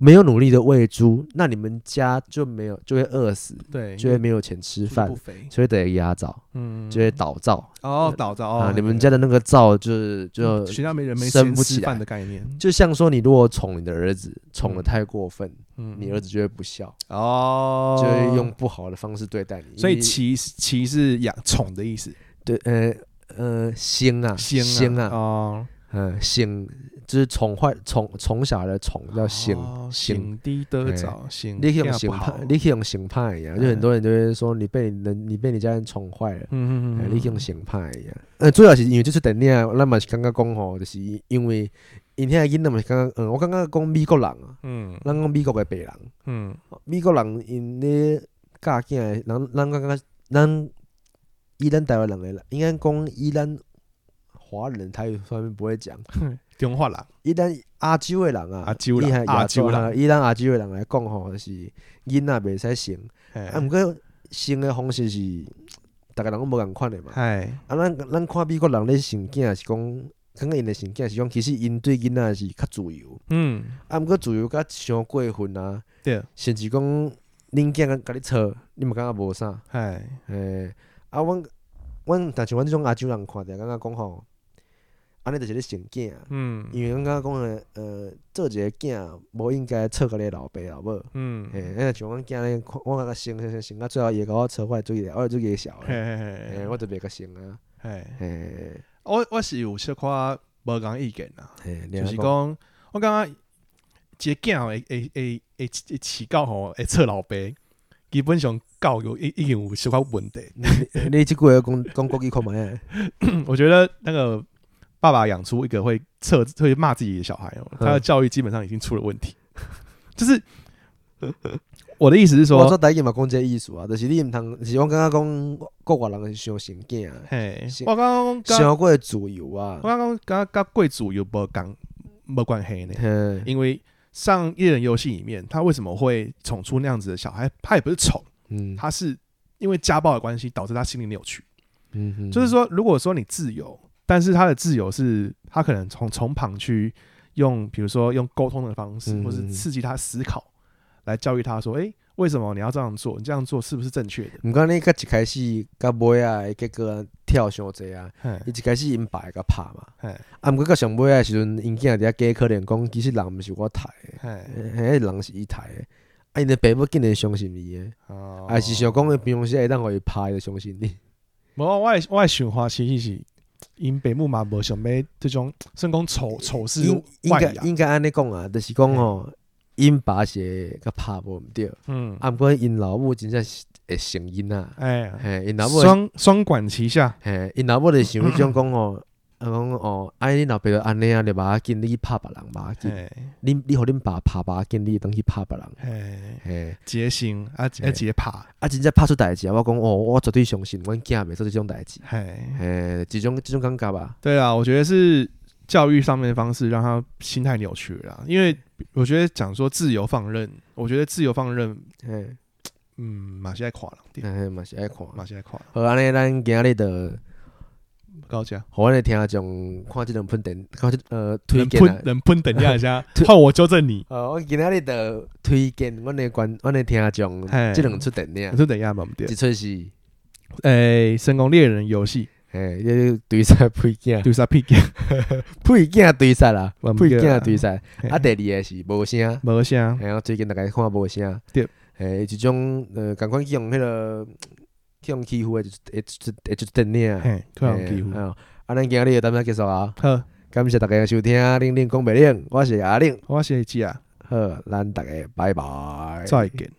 S1: 没有努力的喂猪，那你们家就没有就会饿死，
S2: 对，
S1: 就会没有钱吃
S2: 因为猪
S1: 饭
S2: 不，肥，
S1: 所以得压灶，
S2: 嗯，
S1: 就会倒灶、
S2: 哦，倒灶哦
S1: 啊。你们家的那个灶就是就
S2: 嗯学校没人没
S1: 生
S2: 钱
S1: 不
S2: 吃
S1: 起来
S2: 饭的概念，
S1: 就像说你如果宠你的儿子，宠的
S2: 嗯
S1: 太过分，
S2: 嗯
S1: 你儿子就会不孝，
S2: 哦，
S1: 就会用，不好的方式对待你。
S2: 所以
S1: 你
S2: 骑骑是养宠的意思，
S1: 对，呃呃，星啊，
S2: 先
S1: 星啊，
S2: 哦，
S1: 嗯，星就是宠坏宠宠小孩的宠叫星
S2: 哦
S1: 星。
S2: 醒低得
S1: 哎
S2: 早，醒
S1: 你可以用
S2: 怕
S1: 形
S2: 不好
S1: 判，你可以用形判一样，就很
S2: 嗯
S1: 多人就会说你被你的你被你家人宠坏了，
S2: 嗯嗯
S1: 哎
S2: 嗯，
S1: 你可以用形判一样。嗯，主要是因为就是等下咱嘛是刚刚讲吼，就是因为因遐囡仔嘛是刚刚，嗯，我刚刚讲美国人啊，
S2: 嗯
S1: 咱讲美国的白人，
S2: 嗯
S1: 美国人因咧教囝的，咱咱感觉咱以咱台湾人来，应该讲以咱华人台语上面不会讲，
S2: 哼，中华人，
S1: 以咱亚洲的人啊，
S2: 亚洲人
S1: 伊还亚洲
S2: 亚洲
S1: 人，以咱亚洲的人来讲吼，就是囡仔袂使生，啊，
S2: 哎
S1: 毋过生的方式是逐个人拢无共款的嘛。
S2: 哎，
S1: 啊，咱咱看美国人咧生囝是讲，感觉因的生囝是讲，其实因对囡仔是较自由，
S2: 嗯，
S1: 啊，毋过自由甲伤过分啊。
S2: 对，
S1: 甚至讲恁囝甲甲你吵，你嘛感觉无啥，
S2: 哎，
S1: 诶、啊，阮阮但像阮即种亚洲人看着，感觉讲吼，安尼就是咧成囝啊，
S2: 嗯
S1: 因为阮感觉讲诶，呃，做一个囝无应该吵甲你老爸老母，
S2: 嗯，
S1: 诶、那像阮囝咧，看我感觉生生生生到最后伊会甲我吵，我会注意，我会注意小
S2: 嘿
S1: 诶，
S2: 嘿
S1: 诶、
S2: 嘿
S1: 我就袂甲生啊，
S2: 嘿，哦
S1: 诶、
S2: 我我是有小可啊无共意见啦，
S1: 诶、你
S2: 就是
S1: 安
S2: 啊讲，我感觉一个囝会会会会会饲狗吼，会测老爸，基本上狗有已已经有小可问题，
S1: 讲，你即句话讲讲国语看觅啊，
S2: 我觉得那个。爸爸养出一个会测会骂自己的小孩哦，他的
S1: 嗯
S2: 教育基本上已经出了问题。 就是我的意思是
S1: 我
S2: 说，
S1: 做台语嘛讲即个意思啊，就是你毋通，就是我感觉讲国外人是伤成囝啊。
S2: 嘿
S1: 是，
S2: 我刚刚
S1: 伤过自由啊
S2: 我，刚刚刚跟贵族有无讲没关系呢？
S1: 嗯，
S2: 因为上一人游戏里面，他为什么会宠出那样子的小孩？他也不是宠，
S1: 嗯
S2: 他是因为家暴的关系导致他心理扭曲。
S1: 嗯
S2: 就是，说，如果说你自由，但是他的自由是他可能从从旁去用，比如说用沟通的方式，
S1: 嗯
S2: 或是刺激他思考，来教育他说：“诶，为什么你要这样做？你这样做是不是正确的
S1: 毋管你甲一开始甲尾啊，的结果跳伤济啊，？”
S2: 嘿
S1: 伊一开始因爸会甲拍嘛，
S2: 嘿
S1: 啊，毋过到上尾啊的时阵，因囝伫遐假可怜讲，其实人毋是我杀的，
S2: 嘿，
S1: 迄人是伊杀的，啊，因的爸母竟然相信伊的，
S2: 哦
S1: 啊，是想讲伊平常时会当互伊拍就相信你，
S2: 无，我的我的想法其实是，因北母嘛无想要这种，算讲丑丑事
S1: 应应
S2: 外
S1: 该
S2: 扬。
S1: 应该安尼讲啊，就是讲吼，因爸是会甲拍无毋对，
S2: 嗯，
S1: 啊，毋过因老母真正是会成因啊，
S2: 哎，
S1: 嘿，因老母会
S2: 双双管齐下。
S1: 嘿，因老母就是想迄种讲吼，啊讲哦，啊你老爸就安尼啊，你把他紧，你去拍别人吧，
S2: 嘿，
S1: 你你互恁爸拍吧，紧你当去拍别人，
S2: 嘿，
S1: 嘿，
S2: 节行啊，啊
S1: 嘿
S2: 节拍，
S1: 啊真正拍出代志啊，我讲哦，我绝对相信阮囝袂做即种代志，
S2: 嘿，
S1: 嘿，即种即种感觉吧，
S2: 对啊，我觉得是教育上面的方式让他心态扭曲了啦，因为我觉得讲说自由放任，我觉得自由放任，
S1: 嘿，
S2: 嗯，马西爱垮了，对，
S1: 嘿嘛是爱看，
S2: 马西爱垮了，
S1: 好安尼咱今日的。
S2: 高价。
S1: 互阮的听众看即两喷点，看即呃推
S2: 能
S1: 荐啊，
S2: 喷，能喷等一下一下
S1: 推
S2: 换我纠 正你，
S1: 呃，我今仔日的推荐阮的观，阮的听众
S2: 嘿
S1: 即两出电
S2: 你
S1: 影，
S2: 说等一下嘛，我 们点
S1: 一。出是
S2: 诶，《神功猎人》游戏
S1: 诶，迄对杀配件，
S2: 对啥屁？
S1: 配件对杀啦，
S2: 我唔
S1: 配
S2: 记得
S1: 件
S2: 啦
S1: 对杀，
S2: 嘿
S1: 啊第二个是无声，
S2: 无啥，
S1: 然后最近大家看无声
S2: 对，
S1: 诶，一种呃，共款去用迄个去用欺负的一出一出一出电影，啊
S2: 嘿，可能几乎
S1: 嘿。啊，啊咱今仔日就到这结束啊，
S2: 好，
S1: 感谢大家的收听，玲玲讲白玲，我是阿玲，
S2: 我是记啊，
S1: 好，咱大家拜拜，
S2: 再见。